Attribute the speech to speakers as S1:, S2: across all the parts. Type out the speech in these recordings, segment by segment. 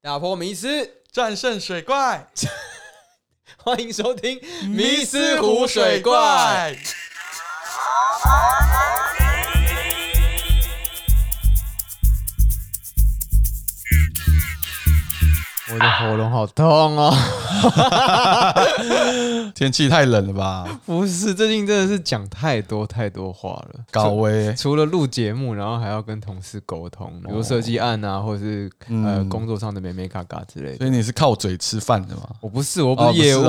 S1: 打破迷思，
S2: 战胜水怪，
S1: 欢迎收听《
S2: 迷
S1: 迷
S2: 失
S1: 思
S2: 湖
S1: 湖
S2: 水
S1: 水
S2: 怪
S1: 怪》。我的喉咙好痛哦！
S2: 天气太冷了吧？
S1: 不是，最近真的是讲太多太多话了，
S2: 高危
S1: 除。除了录节目，然后还要跟同事沟通，比如设计案啊，或者是呃
S2: 哦嗯
S1: 工作上的美美嘎嘎之类的。
S2: 所以你是靠嘴吃饭的吗？
S1: 我不是，我不是业务。哎、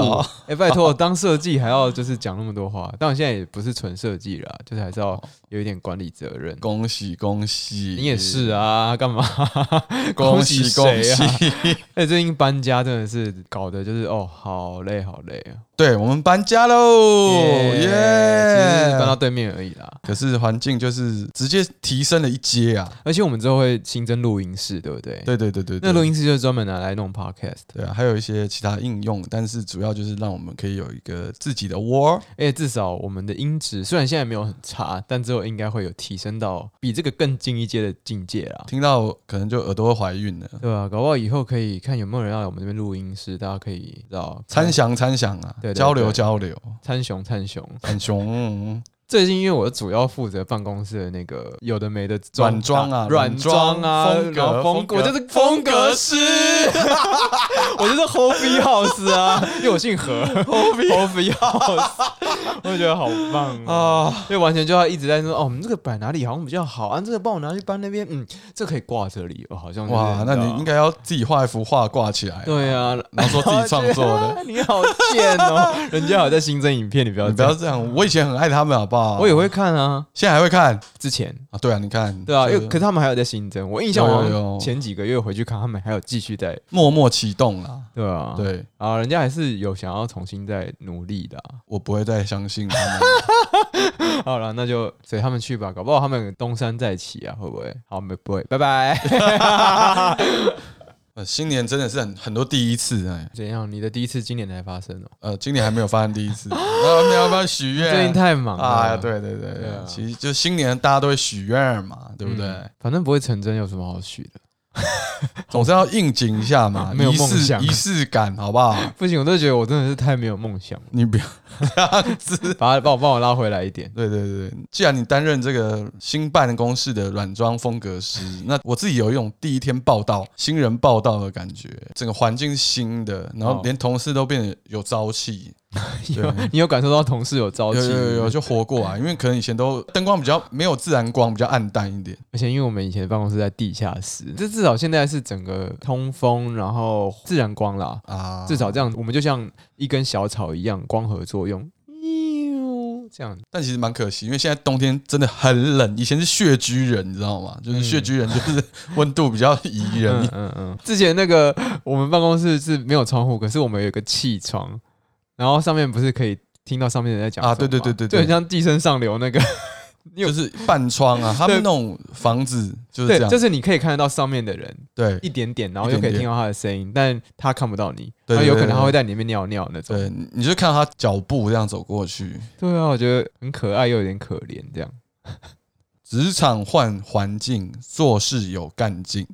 S2: 哦
S1: 拜托，当设计还要就是讲那么多话，但我现在也不是纯设计啦，就是还是要
S2: 哦
S1: 有一点管理责任。
S2: 恭喜恭喜！
S1: 你也是啊，干嘛？
S2: 恭
S1: 喜
S2: 恭
S1: 谁啊！
S2: 喜！
S1: 哎、最近搬家真的是搞的，就是哦，好累好累啊！
S2: 对我们搬家喽！
S1: 耶
S2: 耶！
S1: 其实是搬到对面而已啦。
S2: 可是环境就是直接提升了一阶啊！
S1: 而且我们之后会新增录音室，对不对？。
S2: 对对对对，对
S1: 那录音室就是专门拿来弄 podcast，
S2: 对啊，还有一些其他应用，但是主要就是让我们可以有一个自己的窝。
S1: 而且哎至少我们的音质虽然现在没有很差，但之后应该会有提升到比这个更进一阶的境界啦。
S2: 听到可能就耳朵会怀孕了，
S1: 对啊，搞不好以后可以看有没有人要来我们这边录音室，大家可以你知道
S2: 参详参详啊，
S1: 对对
S2: 交流
S1: 对
S2: 交流，
S1: 参雄参雄。
S2: 很熊。
S1: 最近因为我主要负责办公室的那个有的没的
S2: 软装啊
S1: 软装啊，
S2: 软装风格
S1: 然后风我
S2: 风格
S1: 就是风格 师，我就是 Hobby House 啊，因为我姓何 Hobby Hobby House，我就觉得好棒啊。
S2: 啊，
S1: 所以完全就要一直在说哦，我们这个摆哪里好像比较好啊，这个帮我拿去搬那边，嗯，这可以挂这里，哦，好像就是
S2: 哇，那
S1: 知
S2: 你
S1: 道
S2: 应该要自己画一幅画挂起来，
S1: 对啊，
S2: 然后说自己创作 的。
S1: 你好贱 哦！人家有在新增影片，你不要
S2: 你不
S1: 这样
S2: 要这样，我以前很爱他们，好不好？
S1: 我也会看啊，
S2: 现在还会看
S1: 之前
S2: 啊。对啊，你看，
S1: 对啊，
S2: 这
S1: 因
S2: 个
S1: 为可是他们还有在新增，我印象好
S2: 有有有
S1: 像前几个月回去看，他们还有继续在，
S2: 默默启动啦。
S1: 对啊，
S2: 对，
S1: 啊，人家还是有想要重新再努力的啊、
S2: 我不会再相信他们。
S1: 好了，那就随他们去吧，搞不好他们东山再起啊，会不会？好，没不会，拜 拜。
S2: 呃新年真的是很很多第一次哎，
S1: 怎样？你的第一次今年才发 生哦、
S2: 呃，今年还没有发生第一次。 那你要不要许愿？
S1: 最近太忙了，
S2: 啊，对对对
S1: 对啊
S2: 对，其实就新年大家都会许愿嘛，对不对
S1: 嗯？反正不会成真，有什么好许的？
S2: 总是要应景一下嘛，
S1: 没有
S2: 仪
S1: 梦
S2: 式
S1: 想
S2: 仪式感，好不好？
S1: 不行，我都觉得我真的是太没有梦想了，
S2: 你不要这 样子。
S1: 把把我把我拉回来一 点。
S2: 对对对，对既然你担任这个新办公室的软装风 格师，那我自己有一种第一天报道、新人报道的感觉，整个环境是新的，然后
S1: 哦
S2: 连同事都变得有朝气，
S1: 有 你有感受到同事有朝气，
S2: 有有有就活过来，因为可能以前都灯光比较没有自然光，比较暗淡一点。
S1: 而且因为我们以前的办公室在地下室，这至少现在是整个通风，然后自然光啦，
S2: 啊，
S1: 至少这样，我们就像一根小草一样，光合作用，喵这样。
S2: 但其实蛮可惜，因为现在冬天真的很冷。以前是穴居人，你知道吗？就是穴居人，就是 温度比较宜人
S1: 嗯。嗯嗯。之前那个我们办公室是没有窗户，可是我们有一个气窗，然后上面不是可以听到上面人在讲
S2: 啊
S1: 什么
S2: 对对
S1: 吗
S2: 对对对
S1: 就很像寄生上流那个，有
S2: 就是半窗啊，他
S1: 对
S2: 们那种房子就是这
S1: 对，
S2: 样，
S1: 就是你可以看得到上面的人
S2: 对
S1: 一点点，然后
S2: 一
S1: 又可
S2: 点
S1: 以
S2: 点
S1: 听到他的声音，但他看不到你，
S2: 对对
S1: 然后有可
S2: 对
S1: 能
S2: 对
S1: 他会在里面尿尿那种。
S2: 对，你你就看到他脚步这样走过去。
S1: 对啊，我觉得很可爱又有点可怜这样。
S2: 职场换环境，做事有干劲。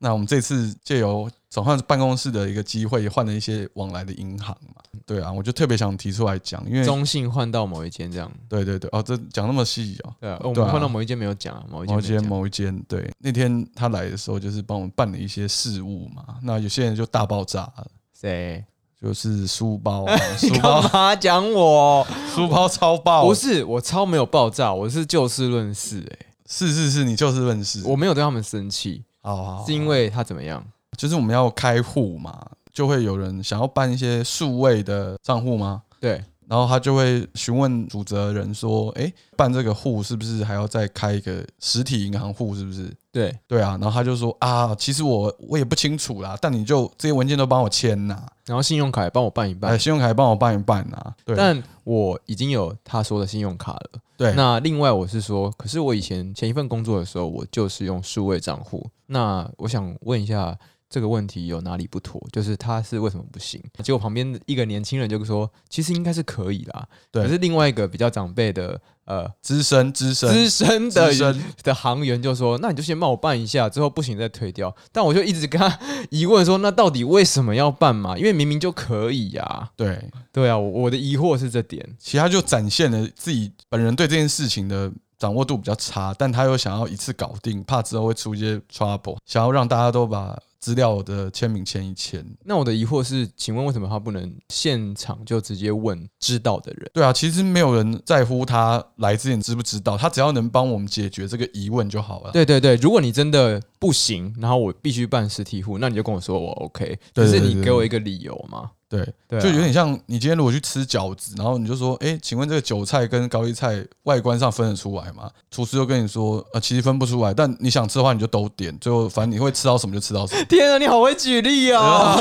S2: 那我们这次借由转换办公室的一个机会，也换了一些往来的银行嘛。对啊，我就特别想提出来讲，因为
S1: 中信换到某一间这样，
S2: 对对对，哦，这讲那么细哦，
S1: 对啊，我
S2: 对啊
S1: 们换到某一间没有讲啊，某一间没
S2: 某
S1: 有
S2: 间
S1: 讲
S2: 某一间，对，那天他来的时候就是帮我们办理一些事务嘛，那有些人就大爆炸了，
S1: 谁？
S2: 就是书包啊、
S1: 哎你
S2: 书
S1: 干
S2: 包、
S1: 嘛讲我？
S2: 书包超爆，
S1: 不是，我超没有爆炸，我是就事论事、欸。
S2: 是是是，你就事论事，
S1: 我没有对他们生气，
S2: 好好好
S1: 是因为他怎么样？
S2: 就是我们要开户嘛，就会有人想要办一些数位的账户吗？
S1: 对，
S2: 然后他就会询问主责人说：“哎，办这个户是不是还要再开一个实体银行户？是不是？
S1: 对，
S2: 对啊。”然后他就说：“啊，其实我我也不清楚啦，但你就这些文件都帮我签呐、
S1: 然后信用卡也帮我办一
S2: 哎，
S1: 办，
S2: 信用卡也帮我办一办啊。对，
S1: 但我已经有他说的信用卡了。
S2: 对，
S1: 那另外我是说，可是我以前前一份工作的时候，我就是用数位账户。那我想问一下，这个问题有哪里不妥，就是他是为什么不行？结果旁边一个年轻人就说，其实应该是可以啦，
S2: 对
S1: 可是另外一个比较长辈的呃
S2: 资深资深
S1: 资深的
S2: 资深，
S1: 的航员就说，那你就先帮我办一下，之后不行再退掉。但我就一直跟他疑问说，那到底为什么要办嘛？因为明明就可以呀、
S2: 对，
S1: 对啊，我我的疑惑是这点。
S2: 其他就展现了自己本人对这件事情的掌握度比较差，但他又想要一次搞定，怕之后会出一些 trouble，想要让大家都把资料的签名签一签。
S1: 那我的疑惑是，请问为什么他不能现场就直接问知道的人？
S2: 对啊，其实没有人在乎他来之前知不知道，他只要能帮我们解决这个疑问就好了。
S1: 对对对，如果你真的不行，然后我必须办实体户，那你就跟我说我 OK，
S2: 对
S1: 只是
S2: 对对
S1: 你
S2: 对
S1: 给我一个理由嘛。
S2: 对，
S1: 对啊、
S2: 就有点像你今天如果去吃饺子，然后你就说，哎、请问这个韭菜跟高丽菜外观上分得出来吗？厨师就跟你说，呃，其实分不出来，但你想吃的话你就都点，最后反正你会吃到什么就吃到 什么。
S1: 天啊，你好会举例啊！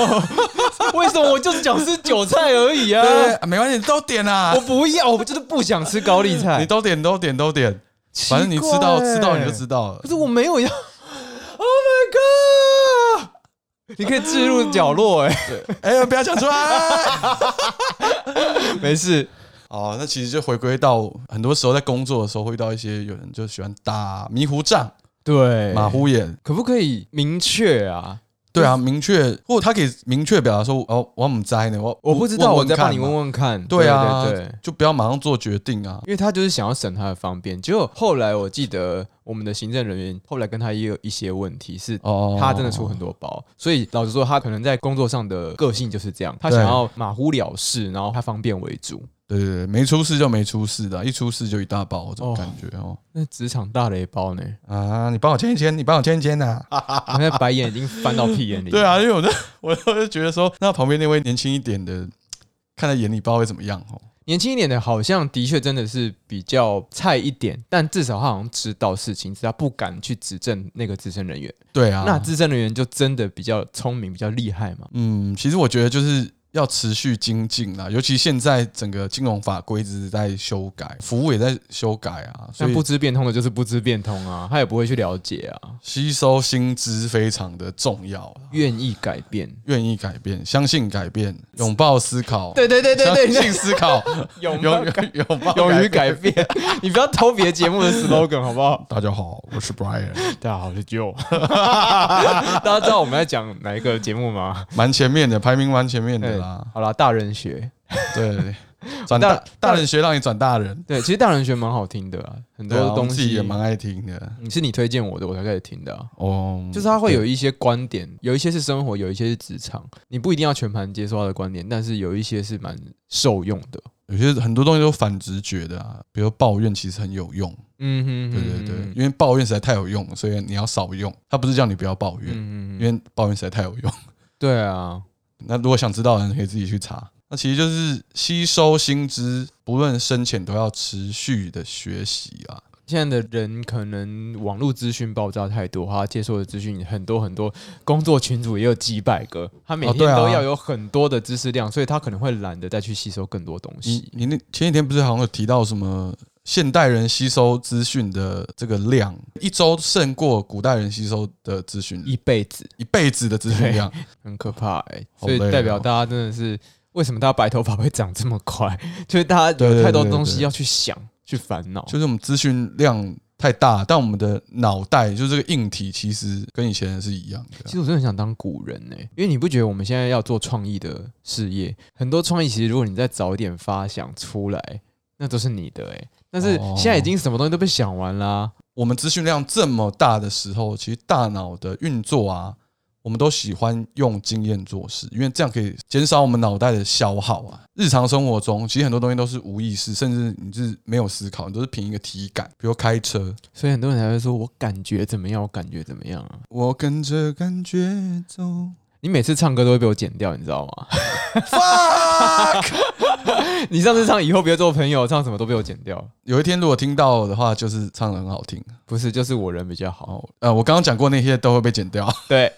S1: 为什么我就是讲是韭菜而已啊？
S2: 对，啊没关系，你都点 啊
S1: 我，不要，我就是不想吃高丽菜。
S2: 你都点，都点，都点，反正你吃到吃到你就
S1: 道。
S2: 知道了
S1: 可。是我没有要，Oh my god！你可以置入角落哎、
S2: 哎、不要讲出来。
S1: 没事。
S2: 哦，那其实就回归到很多时候在工作的时候会遇到一些有人就喜欢打迷糊仗、
S1: 对
S2: 马虎眼，
S1: 可不可以明确啊？
S2: 对啊，明确或他可以明确表达说，哦，我们在呢，我
S1: 我不知道，我再帮你
S2: 看嘛
S1: 问问看。
S2: 对啊，
S1: 对对对
S2: 就不要马上做决定啊。
S1: 因为他就是想要省他的方便。结果后来我记得我们的行政人员后来跟他也有一些问题，是
S2: 哦，
S1: 他真的出很多包，所以老实说，他可能在工作上的个性就是这样，他
S2: 对
S1: 想要马虎了事，然后他方便为主。
S2: 对对对，没出事就没出事的，一出事就一大包，这种
S1: 哦
S2: 感觉哦。
S1: 那职场大雷包 呢？
S2: 啊，你帮我签一签，你帮我签一签呐、
S1: 我现在白眼已经翻到屁眼里。
S2: 对，啊，因为我在我就 觉得说，那旁边那位年轻一点的，看在眼里，不知道会怎么样哦。
S1: 年轻一点的，好像的确真的是比较菜一点，但至少他好像知道事情，只是他不敢去指正那个资深人员。
S2: 对啊，
S1: 那资深人员就真的比较聪明，比较厉害嘛？
S2: 嗯，其实我觉得就是要持续精进啦，尤其现在整个金融法规一直在修改，服务也在修改啊，所
S1: 但
S2: 以
S1: 不知变通的就是不知变通啊，他也不会去了解啊，
S2: 吸收新知非常的重要啦。
S1: 愿意改变。
S2: 愿意改变，相信改变，拥抱思考，
S1: 对对对对对，
S2: 相信思 考，
S1: 勇
S2: 勇勇抱
S1: 勇于改变，你不要偷别节目的 slogan 好不 好？
S2: 大家好，我是 Brian，
S1: 大家好，我是 Joe。大家知道我们在讲哪一个节目吗？
S2: 蛮前面的，排名蛮前面的啊啦
S1: 哎。好啦，大人学。
S2: 对，转大
S1: 大
S2: 大人学让你转大人，
S1: 对，其实大人学蛮好听的啊，很
S2: 对啊
S1: 多
S2: 我
S1: 东
S2: 们自己
S1: 西
S2: 也蛮爱听的。
S1: 你是你推荐我的，我才开始听的、啊。
S2: 哦，
S1: 就是他会有一些观点，有一些是生活，有一些是职场，你不一定要全盘接受他的观点，但是有一些是蛮受用的。
S2: 有些很多东西都反直觉的啊，比如抱怨其实很有用。
S1: 嗯哼
S2: 对对对，因为抱怨实在太有用了，所以你要少用。他不是叫你不要抱怨，
S1: 嗯
S2: 因为抱怨实在太有用。
S1: 对啊，
S2: 那如果想知道的人，可以自己去查。那其实就是吸收新知，不论深浅，都要持续的学习啊。
S1: 现在的人可能嗯网络资讯爆炸太多，他接受的资讯很多很多，工作群组也有几百个，他每
S2: 哦
S1: 天
S2: 对啊
S1: 都要有很多的知识量，所以他可能会懒得再去吸收更多东
S2: 你
S1: 西。
S2: 你那前几天不是好像有提到什么现代人吸收资讯的这个量，一周胜过古代人吸收的资讯
S1: 一
S2: 一
S1: 辈子
S2: 一辈子的资讯量。
S1: 嗯很可怕哎、
S2: 好
S1: 所
S2: 累哦
S1: 以代表大家真的是为什么大家白头发会长这么快？ 就是大家
S2: 对对
S1: 有
S2: 对
S1: 太多
S2: 对
S1: 东西
S2: 对
S1: 要去想、去烦恼。
S2: 就是我们资讯量太大，但我们的脑袋就是这个硬体，其实跟以前人是一样
S1: 其
S2: 的。
S1: 实我真的很想当古人呢、因为你不觉得我们现在要做创意的事业，很多创意其实如果你再早一点发想出来，那都是你的哎、但是
S2: 哦
S1: 现在已经什么东西都被想完啦、
S2: 我们资讯量这么大的时候，其实大脑的运作啊，我们都喜欢用经验做事，因为这样可以减少我们脑袋的消耗啊。日常生活中，其实很多东西都是无意识，甚至你是没有思考，你都是凭一个体感。比如开车，
S1: 所以很多人才会说我感觉怎么样，我感觉怎么样啊。
S2: 我跟着感觉走。
S1: 你每次唱歌都会被我剪掉，你知道吗？
S2: Fuck！
S1: 你上次唱以后别做朋友，唱什么都被我剪掉。
S2: 有一天如果听到的话，就是唱的很好听。
S1: 不是，就是我人比较好。
S2: 哦，呃，我刚刚讲过那些都会被剪掉。
S1: 对，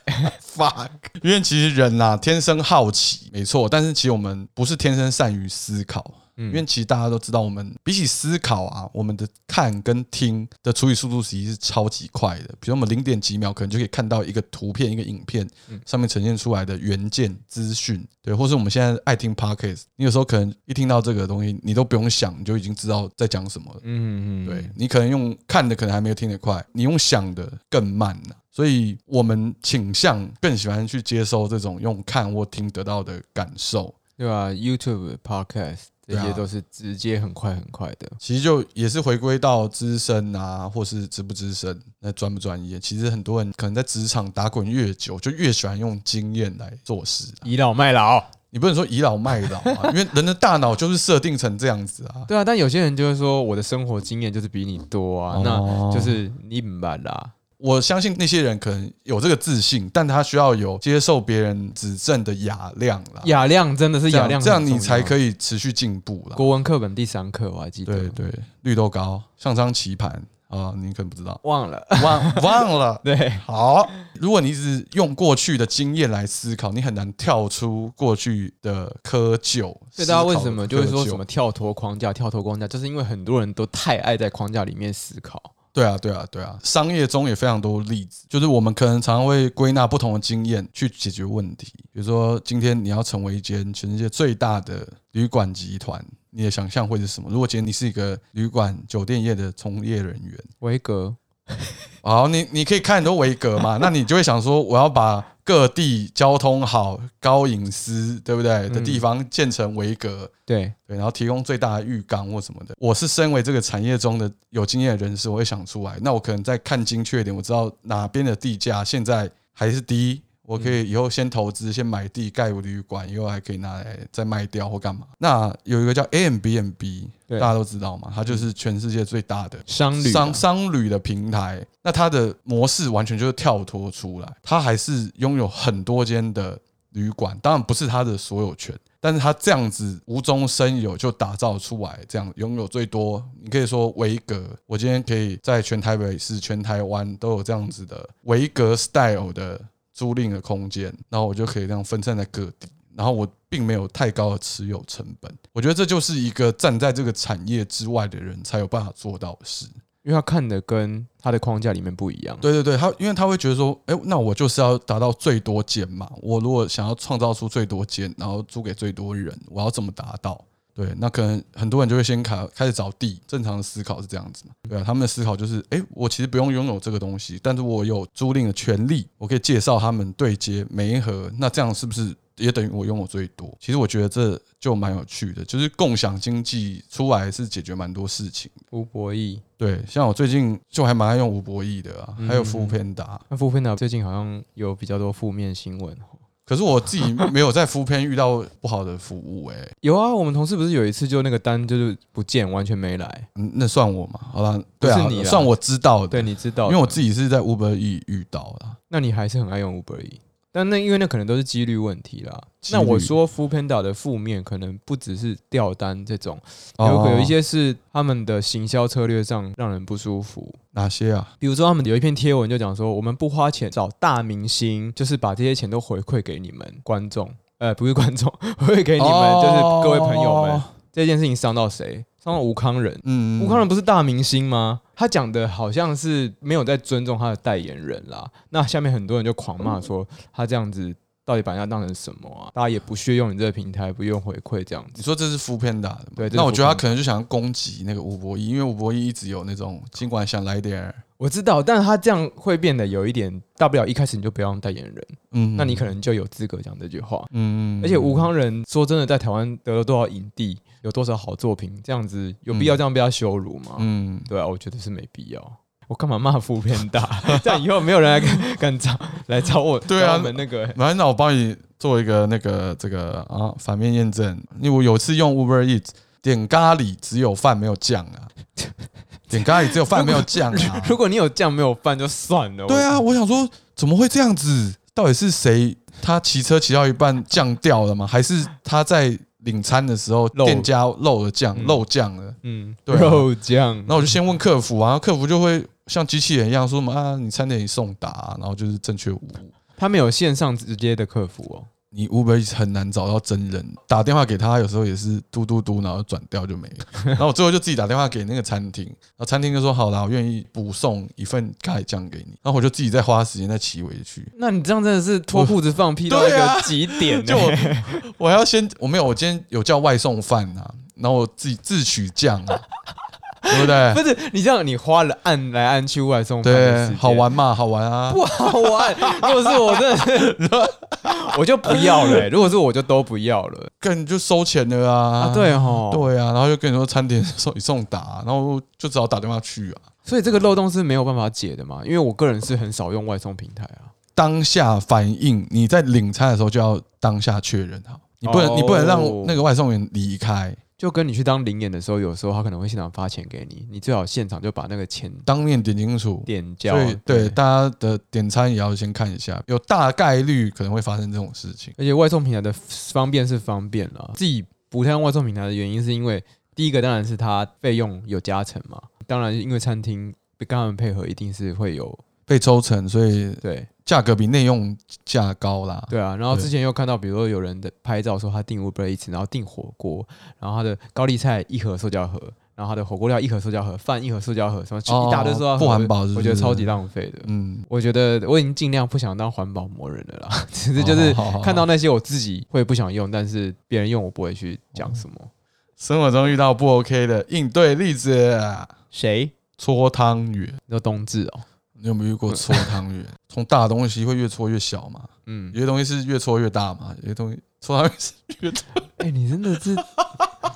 S2: fuck，因为其实人呐、啊、天生好奇，没错，但是其实我们不是天生善于思考，
S1: 嗯
S2: 因为其实大家都知道，我们比起思考啊，我们的看跟听的处理速度其实是超级快的。比如我们零点几秒可能就可以看到一个图片、一个影片
S1: 嗯
S2: 上面呈现出来的原件资讯，对，或是我们现在爱听 podcast，你有时候可能一听到这个东西，你都不用想，你就已经知道在讲什么了。
S1: 嗯嗯，
S2: 对你可能用看的可能还没有听得快，你用想的更慢呢、所以我们倾向更喜欢去接收这种用看或听得到的感受。
S1: 对吧？YouTube、Podcast
S2: 对
S1: 这
S2: 啊
S1: 些都是直接很快很快的。
S2: 其实就也是回归到资深啊，或是资不资深，那专不专业。其实很多人可能在职场打滚越久，就越喜欢用经验来做事啊、
S1: 倚老卖老，
S2: 你不能说倚老卖老啊， 因为人的大脑就是设定成这样子啊。
S1: 对啊，但有些人就会说我的生活经验就是比你多啊，
S2: 哦
S1: 那就是你明白啦。
S2: 我相信那些人可能有这个自信，但他需要有接受别人指正的雅量啦。
S1: 雅量真的是
S2: 这
S1: 雅量，
S2: 样这样你才可
S1: 以。
S2: 以持续进步啦。
S1: 国文课本第三课我还记得，
S2: 对对，绿豆糕、上张棋盘啊，你可能不知 道，
S1: 忘 了。
S2: 忘忘了。
S1: 对，
S2: 好，如果你一直用过去的经验来思考，你很难跳出过去的窠臼。
S1: 所以大家为
S2: 思考的
S1: 什么就会说
S2: 窠臼
S1: 什么？跳脱框架、跳脱框架，就是因为很多人都太爱在框架里面思考。
S2: 对啊，对啊，对啊，商业中也非常多例子，就是我们可能常常会归纳不同的经验去解决问题。比如说，今天你要成为一间全世界最大的旅馆集团，你的想象会是什么？如果今天你是一个旅馆酒店业的从业人员，
S1: 维格，
S2: 好，你你可以看很多维格嘛，那你就会想说，我要把各地交通好、高隐私，对不对的地方建成维格，
S1: 对，
S2: 对，然后提供最大的浴缸或什么的。我是身为这个产业中的有经验的人士，我会想出来。那我可能再看精确一点，我知道哪边的地价现在还是低，我可以以后先投资，先买地盖我旅馆，以后还可以拿来再卖掉或干嘛。那有一个叫 a m b n b 大
S1: 对
S2: 家都知道嘛，它就是全世界最大的
S1: 商旅啊
S2: 商商旅的平台，那它的模式完全就是跳脱出来，它还是拥有很多间的旅馆，当然不是它的所有权，但是它这样子无中生有就打造出来，这样拥有最多，你可以说维格，我今天可以在全台北市、全台湾都有这样子的维格 style 的租赁的空间，然后我就可以这样分散在各地。然后我并没有太高的持有成本，我觉得这就是一个站在这个产业之外的人才有办法做到的事。
S1: 因为他看的跟他的框架里面不一样。
S2: 对对对，他因为他会觉得说，哎、那我就是要达到最多间嘛，我如果想要创造出最多间，然后租给最多人，我要怎么达到？对，那可能很多人就会先开开始找地，正常的思考是这样子嘛？对啊，他们的思考就是，哎、我其实不用拥有这个东西，但是我有租赁的权利，我可以介绍他们对接每一盒，那这样是不是也等于我拥有最多？其实我觉得这就蛮有趣的，就是共享经济出来是解决蛮多事情的。
S1: 吴博义，
S2: 对，像我最近就还蛮爱用吴博弈的啊，还有
S1: 嗯
S2: 服务片达，
S1: 那富芬达最近好像有比较多负面新闻哦。
S2: 可是我自己没有在服务片遇到不好的服务、欸，
S1: 有啊，我们同事不是有一次就那个单就是不见，完全没来。
S2: 嗯那算我嘛？好啦，对啊
S1: 不是你，啦
S2: 算我知道的，
S1: 对，你知道
S2: 因
S1: 的，
S2: 为我自己是在 Uber E 遇到啦。
S1: 那你还是很爱用 Uber E，但那因为那可能都是几率问题啦。
S2: 几率
S1: 那我说 f o o Panda 的负面可能不只是掉单这种，有
S2: 哦
S1: 可有一些是他们的行销策略上让人不舒服。
S2: 哪些啊？
S1: 比如说，他们有一篇贴文就讲说，我们不花钱找大明星，就是把这些钱都回馈给你们观众，呃，不是观众， 回馈给你们，
S2: 哦
S1: 就是各位朋友们。这件事情伤到谁？伤到吴康仁。
S2: 嗯
S1: 吴康仁不是大明星吗？他讲的好像是没有在尊重他的代言人啦。那下面很多人就狂骂说他这样子到底把人家当成什么啊？大家也不屑用你这个平台，不用回馈这样
S2: 你
S1: 子。
S2: 说这是服务片打的吗，
S1: 对这是
S2: 那我觉得他
S1: Foodpanda
S2: 可能就想要攻击那个吴博弈，因为吴博弈一直有那种尽管想来点儿，
S1: 我知道，但是他这样会变得有一点，大不了一开始你就不要用代言人，
S2: 嗯，
S1: 那你可能就有资格讲这句话。
S2: 嗯，嗯
S1: 而且吴康仁说真的，在台湾得了多少影帝，有多少好作品，这样子有必要这样被他羞辱吗？
S2: 嗯，
S1: 对啊，我觉得是没必要。我干嘛骂副片大？ 这样以后没有人来敢敢找来找我，
S2: 对啊
S1: 找我们那个、。
S2: 来，那我帮你做一个那个这个啊反面验证，因为我有一次用 Uber Eat 点咖喱，只有饭没有酱啊， 点咖喱只有饭没有酱啊
S1: 如果你有酱没有饭就算了。
S2: 对啊，我想说怎么会这样子？到底是谁？他骑车骑到一半酱掉了吗？还是他在领餐的时候
S1: 漏
S2: 店家漏了酱
S1: 嗯
S2: 漏酱了？
S1: 我，嗯，
S2: 对啊
S1: 肉酱
S2: 那我就先问客服啊，客服就会像机器人一样说什么啊，你餐点已送达啊、然后就是正确无误。
S1: 他们有线上直接的客服哦，
S2: 你 Uber Eats 很难找到真人，打电话给他有时候也是嘟嘟嘟，然后转掉就没了。然后我最后就自己打电话给那个餐厅，然后餐厅就说好啦，我愿意补送一份咖喱酱给你。然后我就自己再花时间再骑回去，
S1: 那你这样真的是脱裤子放屁到一
S2: 对啊
S1: 个极点、欸，
S2: 就我我还要先我没有，我今天有叫外送饭啊，然后我自己自取酱啊，对不
S1: 不
S2: 对？
S1: 是你这样，你花了按来按去外送，
S2: 对，好，玩嘛，好玩啊！
S1: 不好玩。如果是我真的是， 我就不要了欸、如果是我就都不要了
S2: 跟你就收钱了啊，
S1: 啊。对哈，
S2: 对啊，然后就跟你说餐点 送你送达、然后就只好打电话去啊。
S1: 所以这个漏洞是没有办法解的嘛，因为我个人是很少用外送平台啊。
S2: 当下反应，你在领餐的时候就要当下确认好，你不能、
S1: 哦
S2: 你不能让那个外送员离开，
S1: 就跟你去当零演的时候，有时候他可能会现场发钱给你，你最好现场就把那个钱
S2: 当面点清楚。
S1: 点交
S2: 所以。对大家的点餐也要先看一下，有大概率可能会发生这种事情。
S1: 而且外送平台的方便是方便啦，自己不太用外送平台的原因是因为，第一个当然是它费用有加成嘛，当然因为餐厅跟他们配合一定是会有
S2: 被抽成，所以
S1: 对
S2: 价格比内用价高啦。
S1: 对啊。然后
S2: 对
S1: 之前又看到，比如说有人的拍照说他订 Uber Eats，然后订火锅，然后他的高丽菜一盒塑胶盒，然后他的火锅料一盒塑胶盒，饭一盒塑胶盒，什么
S2: 哦
S1: 一大堆塑胶盒，
S2: 不环保是不是
S1: 我觉得超级浪费的。
S2: 嗯，
S1: 我觉得我已经尽量不想当环保魔人了啦， 只是就是
S2: 哦好好好好
S1: 看到那些我自己会不想用，但是别人用我不会去讲什么。
S2: 生活中遇到不 OK 的应对例子啊，
S1: 谁？
S2: 搓汤圆，
S1: 你说冬至哦，
S2: 你有没有遇过搓汤圆？从大东西会越搓越小嘛？
S1: 嗯，
S2: 有些东西是越搓越大嘛？有些东西搓汤圆是越搓
S1: 哎、你真的是，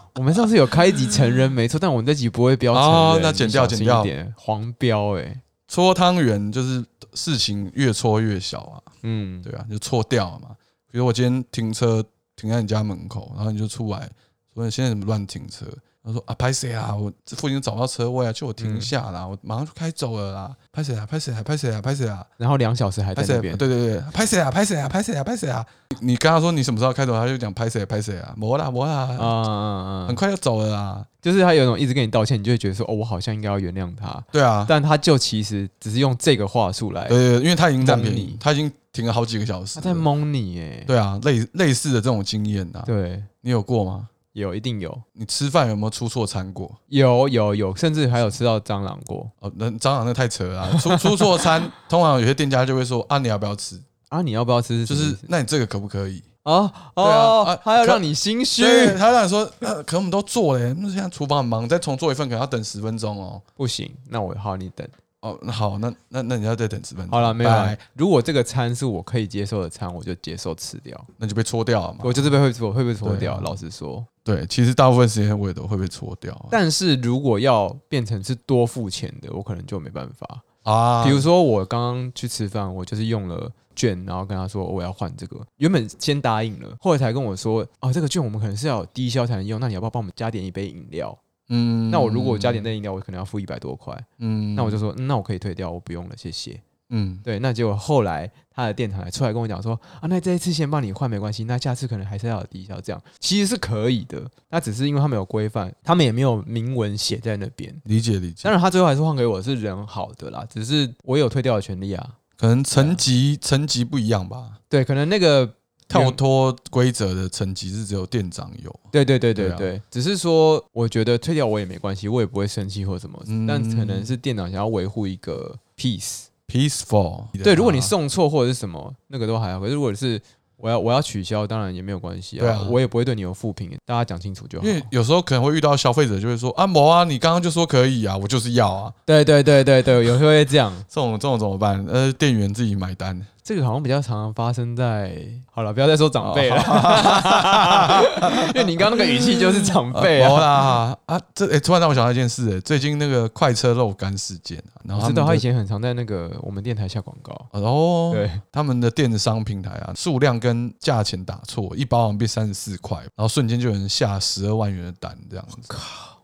S1: 我们上次有开一集成人没错，但我们这集不会标成人，
S2: 哦那剪掉
S1: 你小心
S2: 剪掉
S1: 一点，黄标哎、
S2: 搓汤圆就是事情越搓越小啊，
S1: 嗯，
S2: 对啊，就搓掉了嘛。比如我今天停车停在你家门口，然后你就出来说你现在怎么乱停车？他说啊，拍谁啊？我这附近找不到车位啊，就我停下啦，我马上就开走了啦。拍谁啊？拍谁啊？拍谁啊？拍谁啊？
S1: 然后两小时还
S2: 拍
S1: 在
S2: 谁
S1: 那
S2: 啊？
S1: 边
S2: 对，对对，拍谁啊？拍谁啊？拍谁啊？拍谁啊？你你跟他说你什么时候开走，他就讲拍谁啊拍谁啊？没啦没
S1: 啊
S2: 啦，
S1: 啊啊
S2: 很！快就走了啦。
S1: 就是他有一种一直跟你道歉，你就会觉得说，哦，我好像应该要原谅他，
S2: 对啊，
S1: 但他就其实只是用这个话术来，
S2: 对对，对因为他已经占便
S1: 蒙
S2: 宜
S1: 你，
S2: 他已经停了好几个小时
S1: 他在
S2: 了。
S1: 蒙你哎、
S2: 对啊，类类似的这种经验啊，
S1: 对，
S2: 你有过吗？
S1: 有一定有。
S2: 你吃饭有没有出错餐过？
S1: 有有有，甚至还有吃到蟑螂过
S2: 哦，那蟑螂那太扯了啊、出出错餐，通常有些店家就会说啊，你要不要吃？
S1: 啊！你要不要吃？
S2: 就是那你这个可不可以？
S1: 啊
S2: 对啊
S1: 哦
S2: 啊，
S1: 他要
S2: 可
S1: 让你心虚，
S2: 对，他让你说，那可我们都做了耶，那现在厨房很忙，再重做一份可能要等十分钟哦。
S1: 不行，那我好你等
S2: 哦，那好，那那那你要再等十分钟。
S1: 好了，没有啦
S2: 拜，
S1: 如果这个餐是我可以接受的餐，我就接受吃掉，
S2: 那就被搓掉了嘛
S1: 我。就是被会搓会被搓
S2: 对啊
S1: 掉。老实说，
S2: 对，其实大部分时间我也都会被搓掉啊。
S1: 但是如果要变成是多付钱的，我可能就没办法。
S2: 啊，
S1: 比如说我刚刚去吃饭，我就是用了券，然后跟他说我要换这个，原本先答应了，后来才跟我说，哦，这个券我们可能是要有低消才能用，那你要不要帮我们加点一杯饮料？
S2: 嗯
S1: 那我如果加点，那饮料，我可能要付一百多块。
S2: 嗯
S1: 那我就说、嗯那我可以退掉，我不用了，谢谢。
S2: 嗯，
S1: 对，那结果后来他的店长还出来跟我讲说，啊，那这一次先帮你换没关系，那下次可能还是要有低消，这样其实是可以的。那只是因为他们有规范，他们也没有明文写在那边。
S2: 理解理解
S1: 当。然，他最后还是换给我是人好的啦，只是我有退掉的权利啊。
S2: 可能层级层级不一样吧，
S1: 对，可能那个
S2: 跳脱规则的层级是只有店长有。
S1: 对对对对
S2: 对
S1: 对
S2: 啊
S1: 只是说我觉得退掉我也没关系，我也不会生气或什么，
S2: 嗯
S1: 但可能是店长想要维护一个 peace。
S2: peaceful。
S1: 对，如果你啊送错或者是什么，那个都还好。可是如果是我要我要取消，当然也没有关系啊，
S2: 对啊
S1: 我也不会对你有负评，大家讲清楚就好
S2: 因。为有时候可能会遇到消费者就会说啊，某啊，你刚刚就说可以啊，我就是要啊，
S1: 对对对对对，有时候会这样。
S2: 这种这种怎么办？呃，店员自己买单。
S1: 这个好像比较常常发生在……好了，不要再说长辈了，
S2: 哦
S1: 因为你刚刚那个语气就是长辈
S2: 啊某
S1: 啊。
S2: 啦啊，这诶，突然让我想到一件事、诶，最近那个快车肉干事件啊，然后
S1: 我哦知
S2: 他们
S1: 道他
S2: 的
S1: 以前很常在那个我们电台下广告，
S2: 哦，
S1: 对，
S2: 他们的电商平台啊，数量跟价钱打错，一包好像变三十四块，然后瞬间就有人下十二万元的单这样子。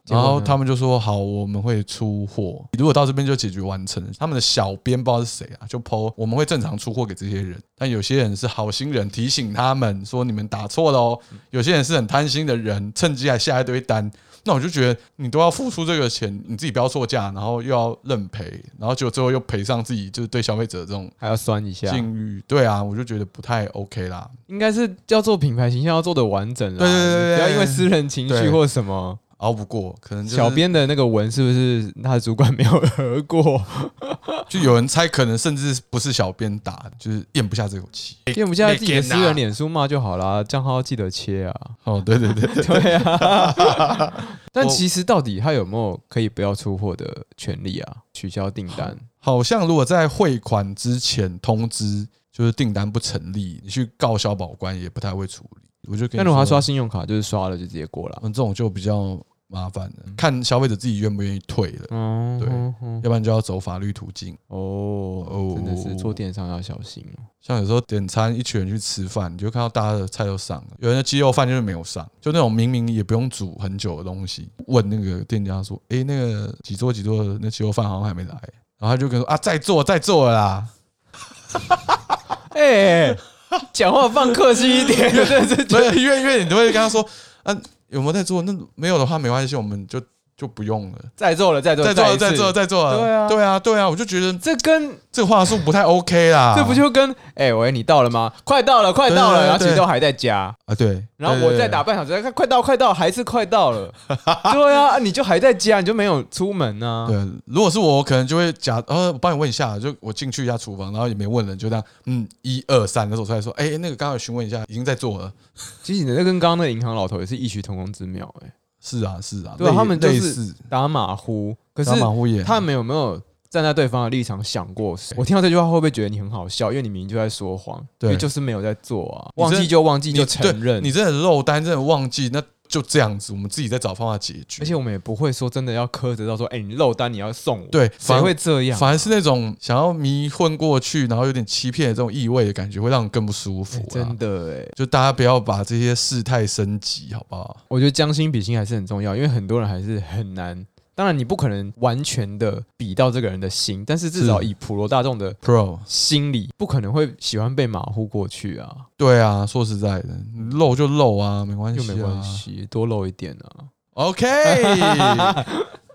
S1: 结
S2: 然
S1: 果呢
S2: 后他们就说好，我们会出货。如果到这边就解决完成，他们的小编不知道是谁啊，就 PO 我们会正常出货给这些人，但有些人是好心人提醒他们说你们打错了哦，有些人是很贪心的人，趁机还下一堆单。那我就觉得你都要付出这个钱，你自己不要作价，然后又要认赔，然后结果最后又赔上自己就是对消费者的这种
S1: 还要酸一下，
S2: 境遇，对啊，我就觉得不太 OK 啦。
S1: 应该是要做品牌形象要做的完整啦，
S2: 对对对对
S1: 不要因为私人情绪
S2: 对
S1: 或什么。
S2: 熬不过，可能就是
S1: 小编的那个文是不是他的主管没有合 过，
S2: 就有人猜，可能甚至不是小编打的，就是咽不下这口气。
S1: 因为我们现在自己的私人
S2: 脸。
S1: 脸书骂就好啦，账号记得切啊。
S2: 哦，对对对 对，
S1: 对啊， 但
S2: 我
S1: 其实到底他有没有可以不要出货的权利啊？取消订单，
S2: 好像如果在汇款之前通知就是订单不成立，你去告消保官也不太会处理。我就跟你
S1: 但如果他刷
S2: 说，
S1: 信用卡，就是刷了就直接过了。
S2: 嗯，这种就比较麻烦了，嗯看消费者自己愿不愿意退了，
S1: 嗯，
S2: 对
S1: 哼哼
S2: 要不然就要走法律途径。
S1: 哦
S2: 哦，
S1: 真的是做电商要小心哦。
S2: 像有时候点餐一群人去吃饭，你就看到大家的菜都上了，有人的鸡肉饭就是没有上，就那种明明也不用煮很久的东西，问那个店家说：“诶，那个几桌几桌的那鸡肉饭好像还没来。”然后他就跟说：“啊，在做，在做了啦。
S1: 哎，讲话放客气一点，真的是”
S2: 所以因为因为你都会跟他说：“啊，有没有在做？那没有的话没关系，我们就就不用了，
S1: 再做了，再做，
S2: 在做，
S1: 一次
S2: 在做，。在做。”
S1: 对啊
S2: 对啊，对啊，我就觉得
S1: 这跟
S2: 这话术不太 OK 啦。
S1: 这不就跟哎、喂，你到了吗？快到了，快到了，
S2: 啊对对对
S1: 然后其实
S2: 对
S1: 都还在家，
S2: 啊？对，
S1: 然后我再打半小时，看哎快到，快到，还是快到 了。对啊，你就还在家，你就没有出门呢、啊。
S2: 对，如果是我，我可能就会假，呃，我帮你问一下，就我进去一下厨房，然后也没问人，就这样，嗯，一二三，那时候出来说，哎、那个刚刚有询问一下，已经在做了。
S1: 其实你那跟刚刚那个银行老头也是异曲同工之妙、哎，
S2: 是啊，是啊，
S1: 对啊
S2: 类
S1: 他们就是
S2: 类似，
S1: 打马虎，可是
S2: 打马虎眼，
S1: 他们有没有站在对方的立场想过？我听到这句话会不会觉得你很好笑？因为你明明就在说谎，
S2: 对
S1: 因为就是没有在做啊，
S2: 你
S1: 忘
S2: 真
S1: 记就忘记
S2: 你
S1: 就
S2: 对
S1: 承认
S2: 你。真的漏单，真的忘记，那就这样子，我们自己再找方法解决。
S1: 而且我们也不会说真的要苛责到说，哎、你漏单你要送我，，
S2: 对，
S1: 谁
S2: 反
S1: 会这样？啊
S2: 反而是那种想要迷混过去，然后有点欺骗的这种意味的感觉，会让人更不舒服、
S1: 哎
S2: 啊
S1: 真的哎、
S2: 就大家不要把这些事态升级，好不好？
S1: 我觉得将心比心还是很重要，因为很多人还是很难。当然，你不可能完全的比到这个人的心，但是至少
S2: 是
S1: 以普罗大众的
S2: Pro，
S1: 心理，不可能会喜欢被马虎过去啊，
S2: 对啊，说实在的，你漏就漏啊，没关
S1: 又
S2: 系、啊，
S1: 没关系，多露一点啊。
S2: OK，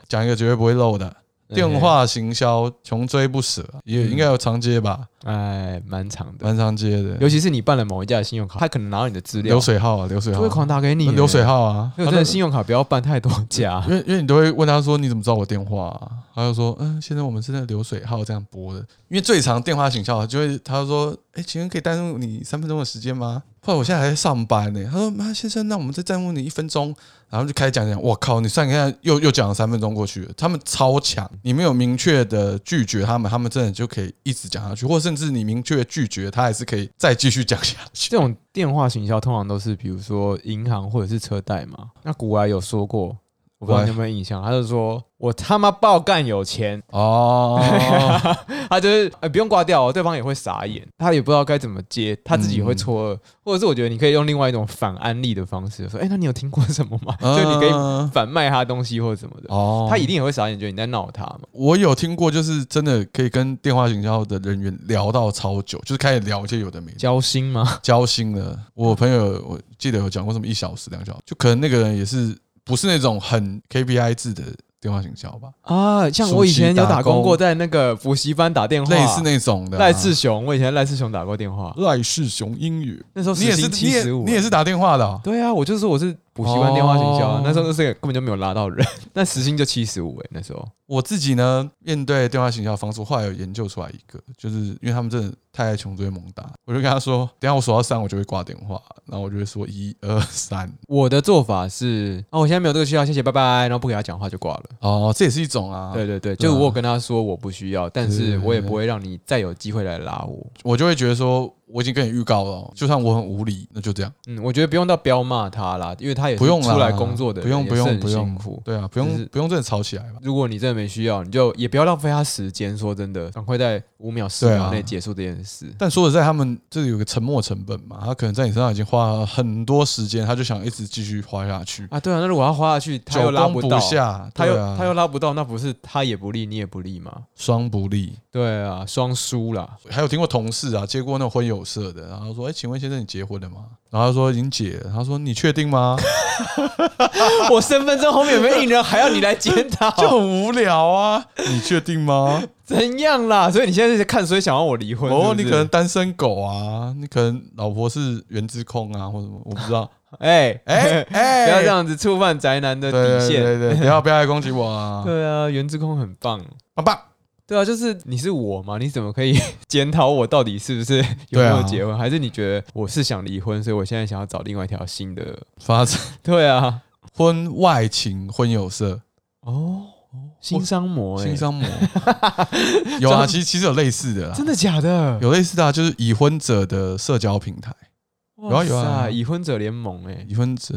S2: 讲一个绝对不会漏的电话行销，穷追不舍，也
S1: 哎嗯
S2: 应该有常接吧，
S1: 哎，蛮长的，
S2: 蛮常接
S1: 尤
S2: 的。
S1: 其是你办了某一家的信用卡，他可能拿到你的资料
S2: 流，水号啊，流水
S1: 就
S2: 号
S1: 会，狂打给你、
S2: 那流水
S1: 欸，
S2: 号啊，
S1: 因为我真的信用卡不要办太多 家
S2: 他，都因为因为你都会问他说你怎么知道我电话、啊？他就说嗯，现在我们是在流水号这样拨的，因为最常电话行销就会他说哎、请问可以耽误你三分钟的时间吗？后来我现在还在上班呢、他说妈先生，那我们再耽误你一分钟，然后就开始讲讲，我靠，你算一下，又又讲了三分钟过去了，他们超强，你没有明确的拒绝他们，他们真的就可以一直讲下去，或甚至你明确地拒绝他，还是可以再继续讲下去。
S1: 这种电话行销通常都是比如说银行或者是车贷嘛。那古玩有说过，我不知道你有没有印象，他就说我他妈爆干有钱，
S2: 哦，
S1: 他就是、呃、不用挂掉、哦，对方也会傻眼，他也不知道该怎么接，他自己也会
S2: 嗯
S1: 错愕，或者是我觉得你可以用另外一种反安利的方式，说，哎、那你有听过什么吗？ 就你可以
S2: 嗯
S1: 反卖他东西或者什么的，
S2: 哦，
S1: 他一定也会傻眼，觉得你在闹他嘛。
S2: 我有听过，就是真的可以跟电话营销的人员聊到超久，就是开始聊一些有的没的，
S1: 交心吗？
S2: 交心了。我朋友我记得有讲过什么一小时、两小时，就可能那个人也是不是那种很 KPI 制的电话行销吧，
S1: 啊，像我以前有打工过，在那个补习班打电话，
S2: 类似那种的啊、
S1: 赖志雄，我以前在赖志雄打过电话，
S2: 赖世雄英语，
S1: 那时候
S2: 你也是
S1: 时薪
S2: 你也
S1: 75
S2: 你也是打电话的、哦，
S1: 对啊，我就说我是补习班电话行销啊，
S2: 哦
S1: 那时候就是根本就没有拉到人， 那时薪就七十五哎，那时候
S2: 我自己呢，面对电话行销的方式，后来有研究出来一个，就是因为他们真的太爱穷追猛打，我就跟他说，等一下我数到三，我就会挂电话，然后我就会说一二三，
S1: 我的做法是啊，我现在没有这个需要，谢谢，拜拜，然后不给他讲话就挂了。
S2: 哦，这也是一种啊，
S1: 对对对，
S2: 对
S1: 就
S2: 啊
S1: 我有跟他说我不需要，但
S2: 对
S1: 是
S2: 对对
S1: 我也不会让你再有机会来拉我。
S2: 我就会觉得说，我已经跟你预告了哦，就算我很无理，那就这样，
S1: 嗯，我觉得不用到彪骂他啦，因为他也是
S2: 不用啦
S1: 出来工作的
S2: 不
S1: 人，
S2: 用不
S1: 也是
S2: 用
S1: 很
S2: 不
S1: 辛
S2: 用
S1: 苦，。
S2: 对啊，不
S1: 就是
S2: 用不用真的吵起来吧。
S1: 如果你真的没需要，你就也不要浪费他时间。说真的，赶快在五秒、十
S2: 对啊
S1: 秒内结束这件事。
S2: 但说实在，他们这里有个沉没成本嘛，他可能在你身上已经花了很多时间，他就想一直继续花下去，
S1: 啊，对啊，那如果他花下去，他又
S2: 久
S1: 拉
S2: 攻
S1: 到，
S2: 下，
S1: 他又、
S2: 对啊
S1: 他又拉不到，那不是他也不利，你也不利吗？
S2: 双不利。
S1: 对啊，双输啦。
S2: 还有听过同事啊，接过那种婚友有色的，然后说：“哎、请问先生，你结婚了吗？”然后他说：“已经结了。”他说：“你确定 吗
S3: 我身份证后面有没有印人，还要你来 检讨？”
S2: 就很无聊啊，你确定吗？
S1: 怎样啦？所以你现在是看，所以想要我离婚是
S2: 哦，
S1: 不
S2: 你
S1: 是
S2: 可能单身狗啊，你可能老婆是原之控啊，或什么，我不知道。
S1: 哎
S2: 哎
S1: 哎，
S2: 哎，
S1: 不要这样子触犯宅男的
S2: 对
S1: 底
S2: 对对
S1: 线。
S2: 对对，不要不要来攻击我啊！
S1: 对啊，原之空很棒。
S2: 爸爸，
S1: 对啊，就是你是我嘛，你怎么可以 检讨我到底是不是有没
S2: 对
S1: 有
S2: 啊
S1: 结婚？还是你觉得我是想离婚，所以我现在想要找另外一条新的？
S2: 发展
S1: 对啊，
S2: 婚外情，婚有色，
S1: 哦，新伤魔、欸，
S2: 新伤魔有啊，其实其实有类似的啦
S1: 真，的假的？
S2: 有类似的啊，就是已婚者的社交平台，有啊有啊
S1: 哇塞
S2: 有啊
S1: 已婚者联盟哎、欸，
S2: 已婚者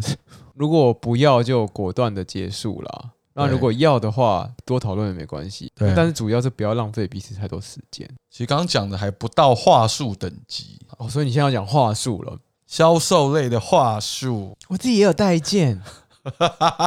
S1: 如果不要就果断的结束啦。那
S2: 对
S1: 如果要的话，多讨论也没关系。
S2: 对
S1: 但是主要是不要浪费彼此太多时间。
S2: 其实刚刚讲的还不到话术等级，
S1: 哦，所以你现在要讲话术了。
S2: 销售类的话术，
S1: 我自己也有带件，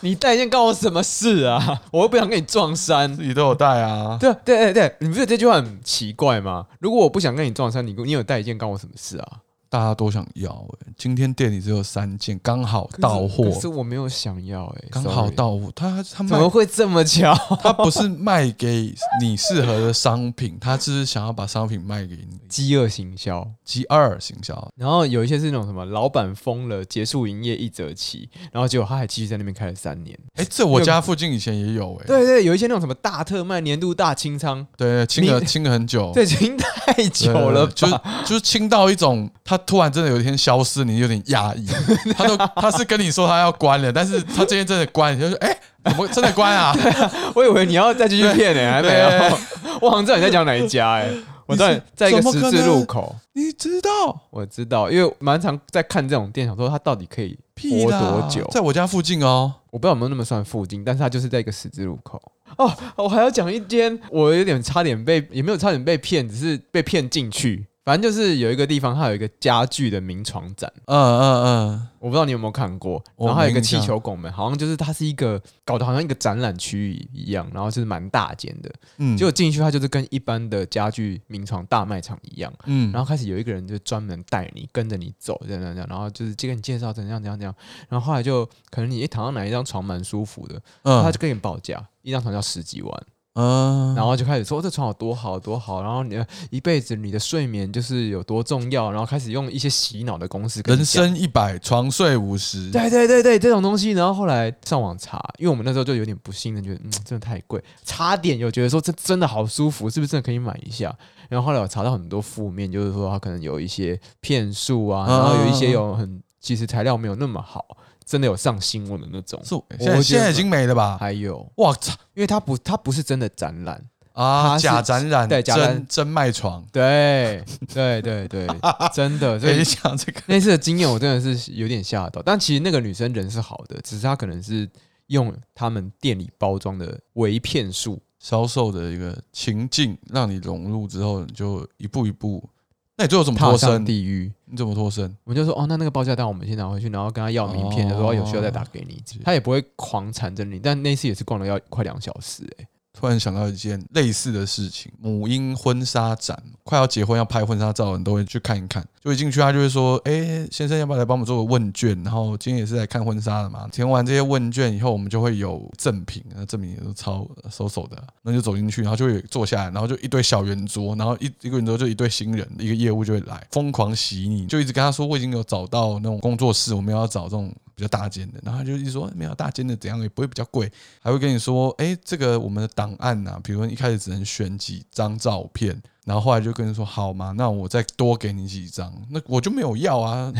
S1: 你带件关我什么事啊？我又不想跟你撞衫
S2: 自。己都有带啊，
S1: 对啊对对对，你不觉得这句话很奇怪吗？如果我不想跟你撞衫，你你有带件关我什么事啊？
S2: 大家都想要、欸。今天店里只有三件，刚好到货
S1: 可，是可是我没有想要哎、
S2: 刚
S1: sorry
S2: 好到货。他他
S1: 怎
S2: 卖
S1: 么会这么巧？
S2: 他不是卖给你适合的商 品，他只是想要把商品卖给你。
S1: 饥饿行销，
S2: G 二行销，
S1: 然后有一些是那种什么老板疯了，结束营业一折起，然后结果他还继续在那边开了三年。
S2: 哎、这我家附近以前也有哎、
S1: 对对，有一些那种什么大特卖、年度大清仓，
S2: 对，清了
S1: 你
S2: 清了很久，
S1: 这已经太久
S2: 哦对
S1: 了吧？
S2: 对对就是就是清到一种，他突然真的有一天消失，你有点压 抑。他都他是跟你说他要关了，但是他今天真的关，你就说哎、怎么真的 关啊？
S1: 我以为你要再继续骗呢、还没
S2: 对
S1: 有。我好像知道你在讲哪一家 哎、我在在一个十字路口，
S2: 你知道
S1: 我知道，因为蛮常在看这种店，想说它到底可以
S2: 屁
S1: 活
S2: 啦
S1: 多久。
S2: 在我家附近哦，
S1: 我不知道有没有那么算附近，但是它就是在一个十字路口。哦，我还要讲一间，我有点差点被，也没有差点被骗，只是被骗进去。反正就是有一个地方，它有一个家具的名床展，
S2: 嗯嗯嗯，
S1: 我不知道你有没有看过。
S2: 哦我
S1: 然后还有一个
S2: 没印
S1: 气
S2: 象
S1: 球拱门，好像就是它是一个搞得好像一个展览区域一样，然后就是蛮大间的。
S2: 嗯，
S1: 结果进去，它就是跟一般的家具名床大卖场一样。
S2: 嗯，
S1: 然后开始有一个人就专门带你跟着你走，这样这样这样，然后就是就跟你介绍怎样怎样怎样，然后后来就可能你一躺到哪一张床蛮舒服的，
S2: 嗯
S1: 他就跟你报价，一张床要十几万，
S2: 嗯，
S1: 然后就开始说、哦这床有多好多好，然后你的一辈子你的睡眠就是有多重要，然后开始用一些洗脑的公式跟你
S2: 人
S1: 讲。
S2: 生一百，床睡五十，
S1: 对对对对，这种东西，然后后来上网查，因为我们那时候就有点不信任，觉得嗯真的太贵，差点有觉得说这真的好舒服，是不是真的可以买一下？然后后来我查到很多负面，就是说它可能有一些骗术
S2: 嗯
S1: 啊，然后有一些有很其实材料没有那么好，真的有上新闻的那种。
S2: 是我
S1: 我觉得
S2: 现在现在已经没了吧？
S1: 还有，
S2: 哇操
S1: 因为它不它不是真的展览，它
S2: 啊！
S1: 是
S2: 假展览，
S1: 对假展
S2: 真真卖床，
S1: 对对对对，真的。所
S2: 所以
S1: 以
S2: 讲这个
S1: 那次的经验，我真的是有点吓到。但其实那个女生人是好的，只是她可能是用他们店里包装的伪骗术。
S2: 销售的一个情境，让你融入之后，你就一步一步。那你最后怎么脱
S1: 踏上
S2: 身？
S1: 地狱。
S2: 你怎么脱身？
S1: 我们就说哦，那那个报价单我们先拿回去，然后跟他要名片，
S2: 哦
S1: 就说有需要再打给你。他也不会狂缠着你，但那次也是逛了要快两小时、欸，
S2: 突然想到一件类似的事情，母婴婚纱展，快要结婚要拍婚纱照的人都会去看一看。就一进去，他就会说：“哎、先生，要不要来帮我们做个问卷？然后今天也是来看婚纱的嘛，填完这些问卷以后，我们就会有赠品，啊那赠品也都超手手的。那就走进去，然后就会有坐下来，然后就一堆小圆桌，然后一一个圆桌就一堆新人，一个业务就会来疯狂洗你，就一直跟他说我已经有找到那种工作室，我们要找这种。”比较大间的，然后他就一直说没有大间的怎样也不会比较贵，还会跟你说，哎、这个我们的档案呐、啊，比如说一开始只能选几张照片，然后后来就跟你说，好嘛，那我再多给你几张，那我就没有要啊，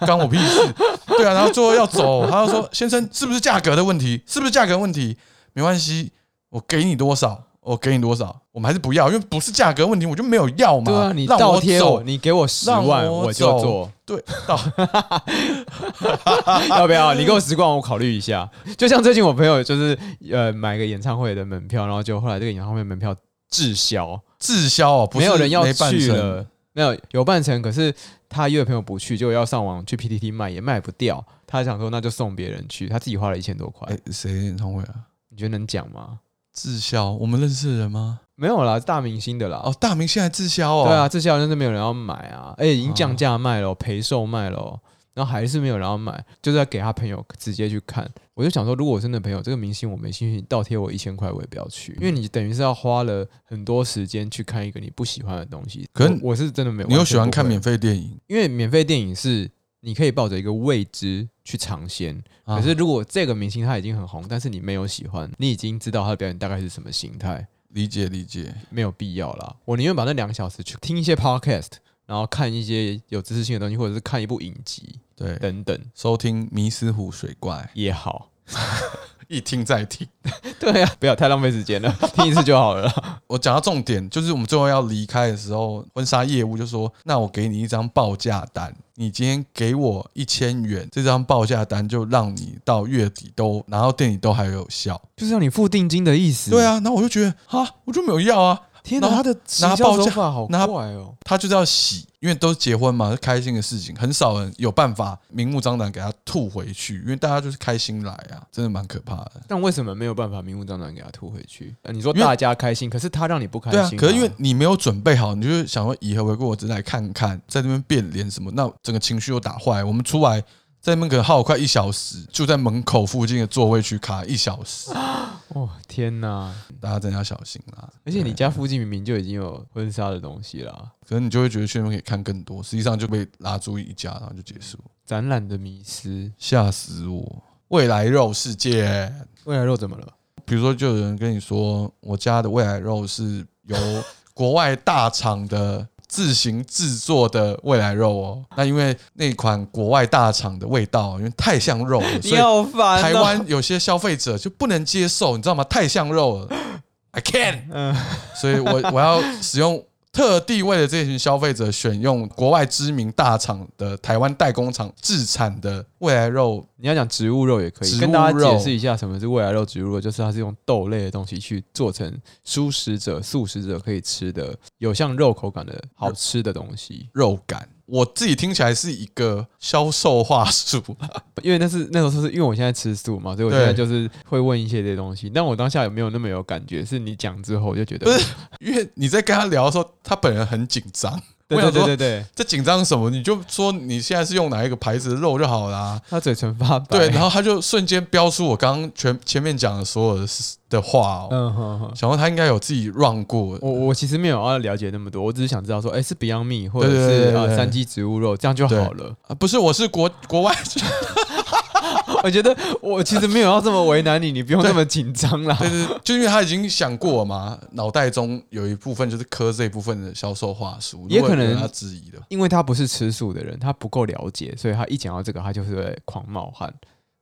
S2: 关我屁事。对啊，然后最后要走，他就说，先生，是不是价格的问题？是不是价格的问题？没关系，我给你多少，我给你多少，我们还是不要，因为不是价格问题，我就没有要嘛。
S1: 对啊，你
S2: 让
S1: 倒
S2: 我
S1: 贴
S2: 走
S1: 我，，你给我十万
S2: 让我
S1: 就
S2: 走
S1: 做，
S2: 对，到
S1: 要不要？你给我十万，我考虑一下。就像最近我朋友就是呃买个演唱会的门票，然后就后来这个演唱会门票滞销，
S2: 滞销哦，不
S1: 没
S2: 是
S1: 有人要
S2: 没办
S1: 去
S2: 成
S1: 了，没有有半程，可是他约的朋友不去，就要上网去 PTT 卖，也卖不掉。他想说那就送别人去，他自己花了一千多块，
S2: 哎，谁演唱会啊？
S1: 你觉得能讲吗？
S2: 滞销，我们认识的人吗？
S1: 没有啦，大明星的啦。
S2: 哦，大明现在滞销哦。
S1: 对啊，，这些好像是没有人要买啊，而且已经降价卖了，陪售卖了，然后还是没有人要买，就是要给他朋友直接去看。我就想说，如果我真的朋友这个明星我没兴趣，你倒贴我一千块我也不要去，
S2: 嗯
S1: 因为你等于是要花了很多时间去看一个你不喜欢的东西。
S2: 可是
S1: 我我是真的没有，
S2: 你又喜欢
S1: 完
S2: 看
S1: 全
S2: 免费电影？
S1: 不会，因为免费电影是你可以抱着一个未知去尝鲜，
S2: 啊
S1: 可是如果这个明星他已经很红，但是你没有喜欢，你已经知道他的表演大概是什么形态，
S2: 理解理解，
S1: 没有必要啦。我宁愿把那两个小时去听一些 podcast，然后看一些有知识性的东西，或者是看一部影集
S2: 对，
S1: 等等
S2: 收听《迷失湖水怪
S1: 也好。》，
S2: 一听再听。
S1: 对啊呀、不要太浪费时间了， 听一次就好了啦。
S2: 我讲到重点，就是我们最后要离开的时候，婚纱业务就说：“那我给你一张报价单，你今天给我一千元，这张报价单就让你到月底都拿到店里都还有效。
S1: 就是让你付定金的意”思。
S2: 对，啊，那我就觉得啊，我就没有要啊，
S1: 天哪，
S2: 拿
S1: 他的
S2: 拿
S1: 行销
S2: 报
S1: 手
S2: 价
S1: 法好
S2: 拿
S1: 怪哦。
S2: 他就是要洗，因为都是结婚嘛，是开心的事情，很少人有办法明目张胆给他吐回去，因为大家就是开心来啊，真的蛮可怕的。
S1: 但为什么没有办法明目张胆给他吐回去？呃你说
S2: 因为
S1: 大家开心，可是他让你不开
S2: 对
S1: 心、
S2: 啊，可是因为你没有准备好，你就是想说以和为贵，我只是来看看，在这边变脸什么，那整个情绪又打坏。我们出来在那边可能耗了快一小时，就在门口附近的座位区卡一小时，
S1: 哦天哪！
S2: 大家真的要小心啦。
S1: 而且你
S2: 对，
S1: 家附近明明就已经有婚纱的东西啦，
S2: 可能你就会觉得去那边可以看更多，实际上就被拉住一家，然后就结束，
S1: 展览的迷失，
S2: 吓死我！未来肉世界，
S1: 未来肉怎么了？
S2: 比如说就有人跟你说，我家的未来肉是由国外大厂的自行制作的未来肉哦。那因为那款国外大厂的味道，因为太像肉 了，所以
S3: 好烦
S2: 台湾有些消费者就不能接受，你知道吗？太像肉了，I can。
S1: 嗯
S2: 所以我我要使用。特地为了这群消费者选用国外知名大厂的台湾代工厂制产的未来肉，
S1: 你要讲植物肉也可
S2: 植
S1: 以，
S2: 物
S1: 跟大家
S2: 肉
S1: 解释一下什么是未来肉植物肉，就是它是用豆类的东西去做成素食者、素食者可以吃的有像肉口感的好吃的东西。
S2: 肉感，我自己听起来是一个销售话术，
S1: 因为那是那时候是因为我现在吃素嘛，所以我
S2: 对
S1: 现在就是会问一些这些东西。但我当下有没有那么有感觉？是你讲之后我就觉得
S2: 不，是因为你在跟他聊的时候，他本人很紧张。
S1: 对
S2: 我
S1: 对
S2: 想
S1: 对
S2: 说
S1: 对对，
S2: 这紧张什么？你就说你现在是用哪一个牌子的肉就好啦。
S1: 他嘴唇发白。
S2: 对，然后他就瞬间标出我刚刚全前面讲的所有的事的话、哦，
S1: 嗯哼哼。
S2: 想说他应该有自己 run 过。
S1: 我我其实没有要了解那么多，我只是想知道说，哎、是 Beyond Meat 或者
S2: 对对对
S1: 是
S2: 对对
S1: 呃三基植物肉，这样就好了。
S2: 啊、不是，我是国国外，
S1: 我觉得我其实没有要这么为难你，你不用
S2: 对
S1: 那么紧张啦。
S2: 对对，对就因为他已经想过了嘛，脑袋中有一部分就是磕这一部分的销售话术，
S1: 也可能
S2: 如果有他质疑的。
S1: 因为他不是吃素的人，他不够了解，所以他一讲到这个，他就是会狂冒汗。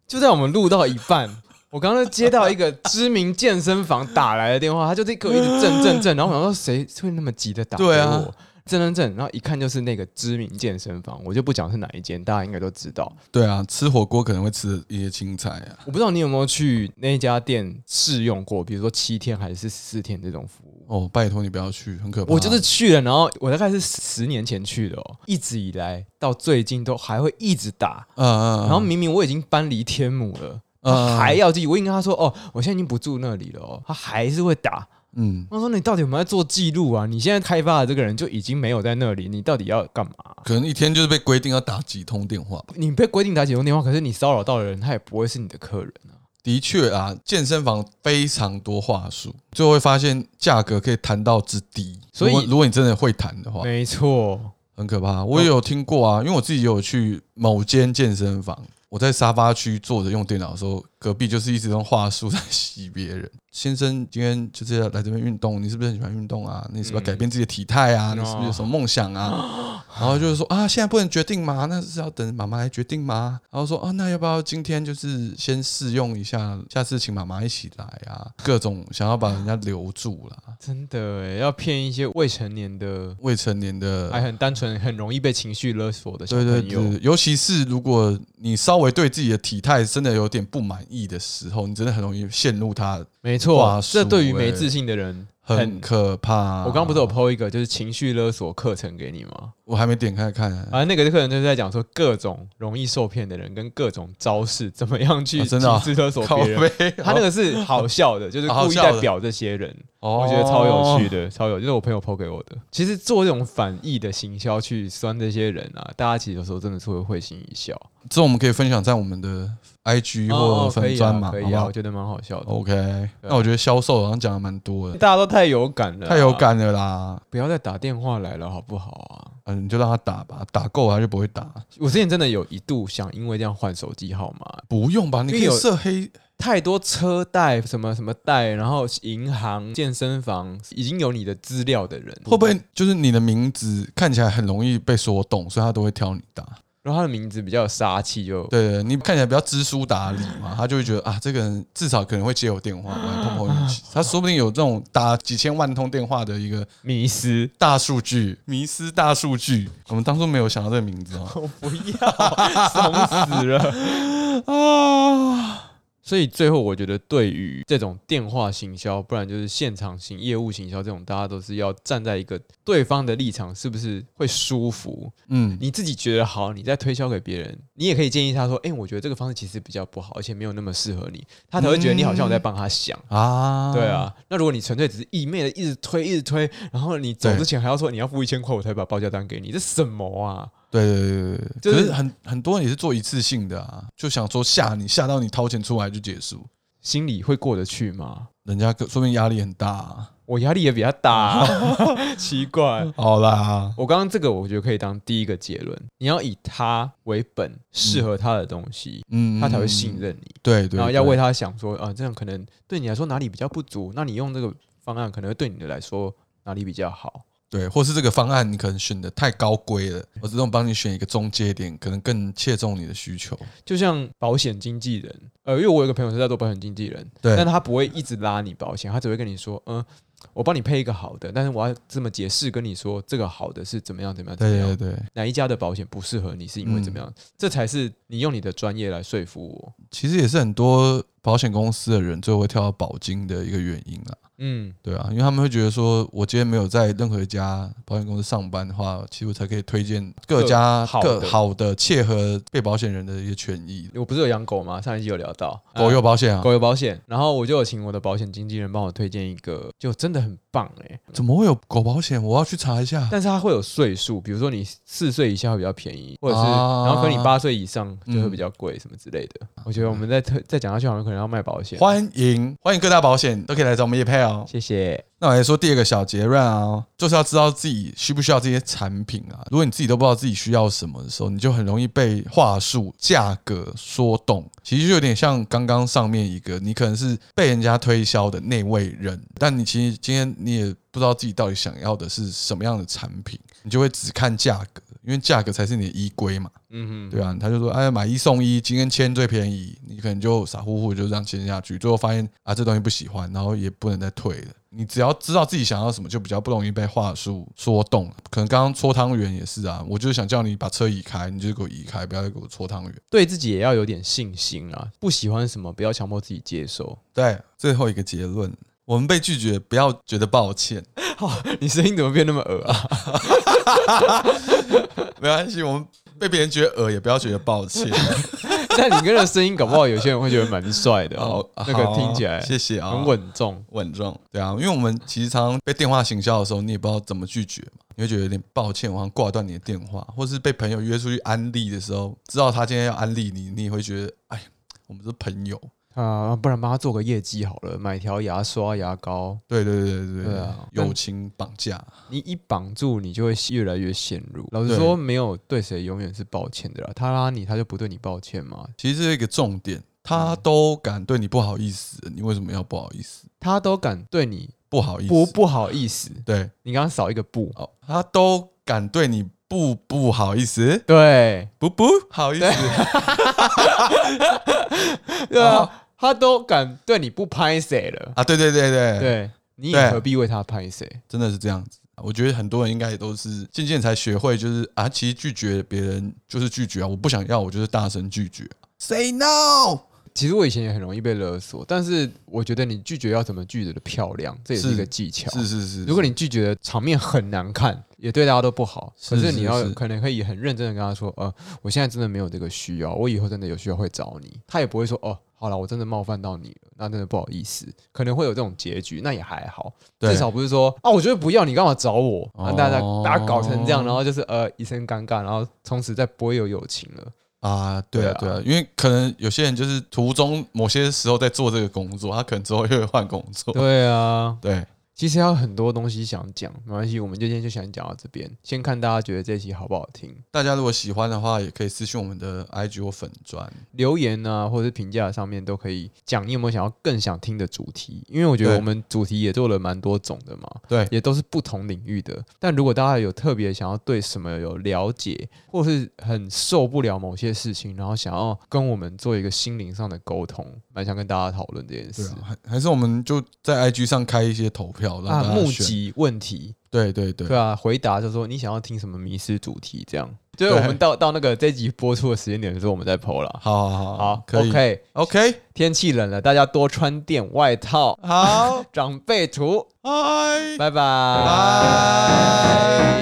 S1: 就在我们录到一半，我刚刚接到一个知名健身房打来的电话，他就给我一直震震震，然后我想说谁会那么急的打给我？
S2: 对啊
S1: 震震震，然后一看就是那个知名健身房，我就不讲是哪一间，大家应该都知道。
S2: 对啊，吃火锅可能会吃一些青菜啊。
S1: 我不知道你有没有去那家店试用过，比如说七天还是十四天这种服务。
S2: 哦，拜托你不要去，很可怕。啊
S1: 我就是去了，然后我大概是十年前去的哦，一直以来到最近都还会一直打，
S2: 嗯，嗯嗯，
S1: 然后明明我已经搬离天母了，
S2: 嗯
S1: 他还要记。我已经跟他说：“哦，我现在已经不住那里了。”哦，他还是会打。
S2: 嗯。
S1: 我说：“你到底有没有在做记录啊？你现在开发的这个人就已经没有在那里，你到底要干嘛？
S2: 可能一天就是被规定要打几通电话吧。
S1: 你被规定打几通电话，可是你骚扰到的人，他也不会是你的客人啊。
S2: 的确啊，健身房非常多话术，最后会发现价格可以谈到之低。
S1: 所以
S2: 如果如果你真的会谈的话，
S1: 没错，
S2: 很可怕。我也有听过啊，因为我自己也有去某间健身房，我在沙发区坐着用电脑的时候，隔壁就是一直用话术在洗别人。先生，今天就是要来这边运动，你是不是很喜欢运动啊？你是不是要改变自己的体态啊？
S1: 嗯
S2: 你是不是有什么梦想啊？然后就是说啊，现在不能决定吗？那是要等妈妈来决定吗？然后说啊，那要不要今天就是先试用一下，下次请妈妈一起来啊？各种想要把人家留住啦，
S1: 真的耶要骗一些未成年的，
S2: 未成年的
S1: 还很单纯，很容易被情绪勒索的小
S2: 对
S1: 朋友。
S2: 对对，尤其是如果你稍微对自己的体态真的有点不满意的时候，你真的很容易陷入他。
S1: 没
S2: 话
S1: 错，
S2: 术
S1: 这对于
S2: 欸
S1: 没自信的人
S2: 很
S1: 很
S2: 可怕。
S1: 我刚刚不是有 PO 一个就是情绪勒索课程给你吗？
S2: 我还没点开看，
S1: 反正那个课程就是在讲说各种容易受骗的人跟各种招式怎么样去
S2: 哦
S1: 情
S2: 真的哦
S1: 绪勒索
S2: 靠
S1: 别人。
S2: 背，啊
S1: 他那个是好笑的，就是
S2: 好
S1: 故意
S2: 笑的哦
S1: 在表这些人，
S2: 我
S1: 我觉得超有趣
S2: 的。
S1: 的，超有，就是我朋友 PO 给我的。其实做这种反义的行销去酸这些人啊，大家其实有时候真的是会会心一笑。
S2: 这我们可以分享在我们的 IG 或
S1: 哦可
S2: 粉
S1: 以啊
S2: 专嘛，
S1: 可
S2: 好
S1: 以
S2: 不
S1: 啊，
S2: 好哦
S1: 我觉得蛮好笑的。
S2: ？OK，那我觉得销售好像讲的蛮多的，
S1: 大家都太有感了，啊
S2: 太有，感了啦。
S1: 不要再打电话来了，好不好啊？
S2: 嗯，你就让他打吧，打够了他就不会打。
S1: 我之前真的有一度想因为这样换手机号码，
S2: 不用吧，你可以
S1: 因为有
S2: 设黑
S1: 太多车贷什么什么贷，然后银行、健身房已经有你的资料的人，
S2: 会不会就是你的名字看起来很容易被说动，所以他都会挑你打？
S1: 然后他的名字比较有杀气就，
S2: 对你看起来比较知书达理嘛，他就会觉得啊，这个人至少可能会接我电话，我来碰碰运气。他说不定有这种打几千万通电话的一个
S1: 迷失。
S2: 大数据 迷失大数据。我们当初没有想到这个名字哦。
S1: 我不要， 怂死 了。
S2: 啊，
S1: 所以最后我觉得，对于这种电话行销，不然就是现场型业务行销这种，大家都是要站在一个对方的立场，是不是会舒服？
S2: 嗯，
S1: 你自己觉得好，你再推销给别人，你也可以建议他说：“哎、我觉得这个方式其实比较不好，而且没有那么适合你。”他才会觉得你好
S2: 嗯
S1: 像我在帮他想。
S2: 啊，
S1: 对，啊，那如果你纯粹只是一昧的一直推一直推，然后你走
S2: 对之
S1: 之前还要说你要付一千块我才把报价单给你，这什么啊？
S2: 对对对对
S1: 就是
S2: 对。可是很很多人也是做一次性的啊，就想说吓你，吓到你掏钱出来就结束，
S1: 心里会过得去吗？
S2: 人家可说不定压力很大啊。
S1: 我压力也比较大、 奇怪。
S2: 好啦，
S1: 我刚刚这个我觉得可以当第一个结论，你要以他为本，适合他的东西，
S2: 嗯，
S1: 他才会信任你，
S2: 对对，
S1: 然后要为
S2: 他
S1: 他想说啊，这样可能对你来说哪里比较不足，那你用这个方案可能会对你的来说哪里比较好。
S2: 对，或是这个方案你可能选的太高规了，我自动帮你选一个中阶点，可能更切中你的需求。
S1: 就像保险经纪人，呃，因为我有一个朋友是在做保险经纪人，
S2: 对
S1: 但他不会一直拉你保险，他只会跟你说，嗯，我帮你配一个好的，但是我要这么解释跟你说，这个好的是怎么样怎么样怎么
S2: 对嗯
S1: 样，
S2: 对对，
S1: 哪一家的保险不适合你是因为怎么样，这才是你用你的专业来说服我。
S2: 其实也是很多保险公司的人最后会跳到保金的一个原因啦。
S1: 嗯，
S2: 对啊，因为他们会觉得说，我今天没有在任何一家保险公司上班的话，其实我才可以推荐各家
S1: 各好
S2: 各
S1: 的
S2: 好的切合被保险人的一些权益。
S1: 我不是有养狗吗？上一集有聊到
S2: 狗有、保险
S1: 呃
S2: 啊？
S1: 狗有保险，然后我就有请我的保险经纪人帮我推荐一个，就真的很棒哎、
S2: 怎么会有狗保险？我要去查一下。
S1: 但是它会有岁数，比如说你四岁以下会比较便宜，或者是、
S2: 啊嗯
S1: 然后可能你八岁以上就会比较贵什么之类的。我觉得我们再推再讲下去，好像可能要卖保险。
S2: 欢迎欢迎各大保险都可以来找我们叶配哦。
S1: 谢谢。
S2: 那我来说第二个小结论啊，就是要知道自己需不需要这些产品啊。如果你自己都不知道自己需要什么的时候，你就很容易被话术、价格说动。其实就有点像刚刚上面一个，你可能是被人家推销的那位人，但你其实今天你也不知道自己到底想要的是什么样的产品，你就会只看价格，因为价格才是你的依归嘛。
S1: 嗯哼，
S2: 对啊，他就说，哎，买一送一，今天签最便宜，你可能就傻乎乎就这样签下去，最后发现啊，这东西不喜欢，然后也不能再退了。你只要知道自己想要什么，就比较不容易被话术说动了。可能刚刚搓汤圆也是啊，我就是想叫你把车移开，你就给我移开，不要再给我搓汤圆。
S1: 对自己也要有点信心啊！不喜欢什么，不要强迫自己接受。
S2: 对，最后一个结论，我们被拒绝，不要觉得抱歉，
S1: 你声音怎么变那么恶啊？
S2: 没关系，我们被别人觉得恶，也不要觉得抱歉。
S1: 但你跟的声音，搞不好有些人会觉得蛮帅的 哦。那个
S2: 好
S1: 听起来
S2: 谢谢啊，
S1: 很稳重。
S2: 稳重，对啊，因为我们其实常常被电话行销的时候，你也不知道怎么拒绝嘛，你会觉得有点抱歉，我好像挂断你的电话，或是被朋友约出去安利的时候，知道他今天要安利你，你也会觉得，哎，我们是朋友，
S1: 啊，不然帮他做个业绩好了，买条牙刷、牙膏。
S2: 对对对对
S1: 对啊
S2: 友情绑架，
S1: 你一绑住，你就会越来越陷入。老实说，没有对谁永远是抱歉的啦。他拉你，他就不对你抱歉嘛。
S2: 其实这是一个重点，他都敢对你不好意思，你为什么要不好意思？
S1: 他都敢对你
S2: 不好意思，
S1: 不不好意思，
S2: 对
S1: 你刚刚少一个不，
S2: 哦，他都敢对你不不好意思，
S1: 对
S2: 不不好意思，
S1: 对啊，他都敢对你不拍谁了，
S2: 啊，对对对对，
S1: 对你
S2: 对
S1: 也何必为他拍谁？
S2: 真的是这样子。我觉得很多人应该也都是渐渐才学会，就是啊，其实拒绝别人就是拒绝啊，我不想要，我就是大声拒绝、Say no，
S1: 其实我以前也很容易被勒索，但是我觉得你拒绝要怎么拒绝的漂亮，这也是
S2: 是
S1: 一个技巧。
S2: 是是是，
S1: 如果你拒绝的场面很难看，也对大家都不好。
S2: 是
S1: 可是
S2: 是
S1: 你要
S2: 是
S1: 可能可以很认真的跟他说，呃，我现在真的没有这个需要，我以后真的有需要会找你。他也不会说，哦，好了，我真的冒犯到你了，那真的不好意思，可能会有这种结局，那也还好，
S2: 对
S1: 至少不是说啊，我觉得不要你干嘛找我，
S2: 哦
S1: 啊、大家大家搞成这样，然后就是呃一身尴尬，然后从此再不会有友情了。
S2: 啊，对啊，
S1: 对
S2: 对
S1: 啊
S2: 啊，因为可能有些人就是途中某些时候在做这个工作，他可能之后又会换工 作。
S1: 对啊，
S2: 对，
S1: 其实还有很多东西想讲，没关系，我们今天就先讲到这边，先看大家觉得这期好不好听。
S2: 大家如果喜欢的话，也可以私信我们的 IG 或粉砖。
S1: 留言啊，或者是评价上面都可以讲你有没有想要更想听的主题，因为我觉得
S2: 对
S1: 我们主题也做了蛮多种的嘛，
S2: 对
S1: 也都是不同领域的。但如果大家有特别想要对什么有了解，或是很受不了某些事情，然后想要跟我们做一个心灵上的沟通，蛮想跟大家讨论这件
S2: 对
S1: 事
S2: 啊，。还还是我们就在 IG 上开一些投票，让大
S1: 啊，
S2: 家
S1: 募
S2: 选。
S1: 集问题，
S2: 对对对
S1: 对，啊，回答就说你想要听什么迷失主题，这样，就是我们到到那个这集播出的时间点的时候，我们再剖了。
S2: 好好
S1: 好
S2: 可以
S1: ，OK，
S2: OK，
S1: 天气冷了，大家多穿点外套。
S2: 好，
S1: 长辈图，
S2: 嗨，
S1: 拜拜，
S2: 拜。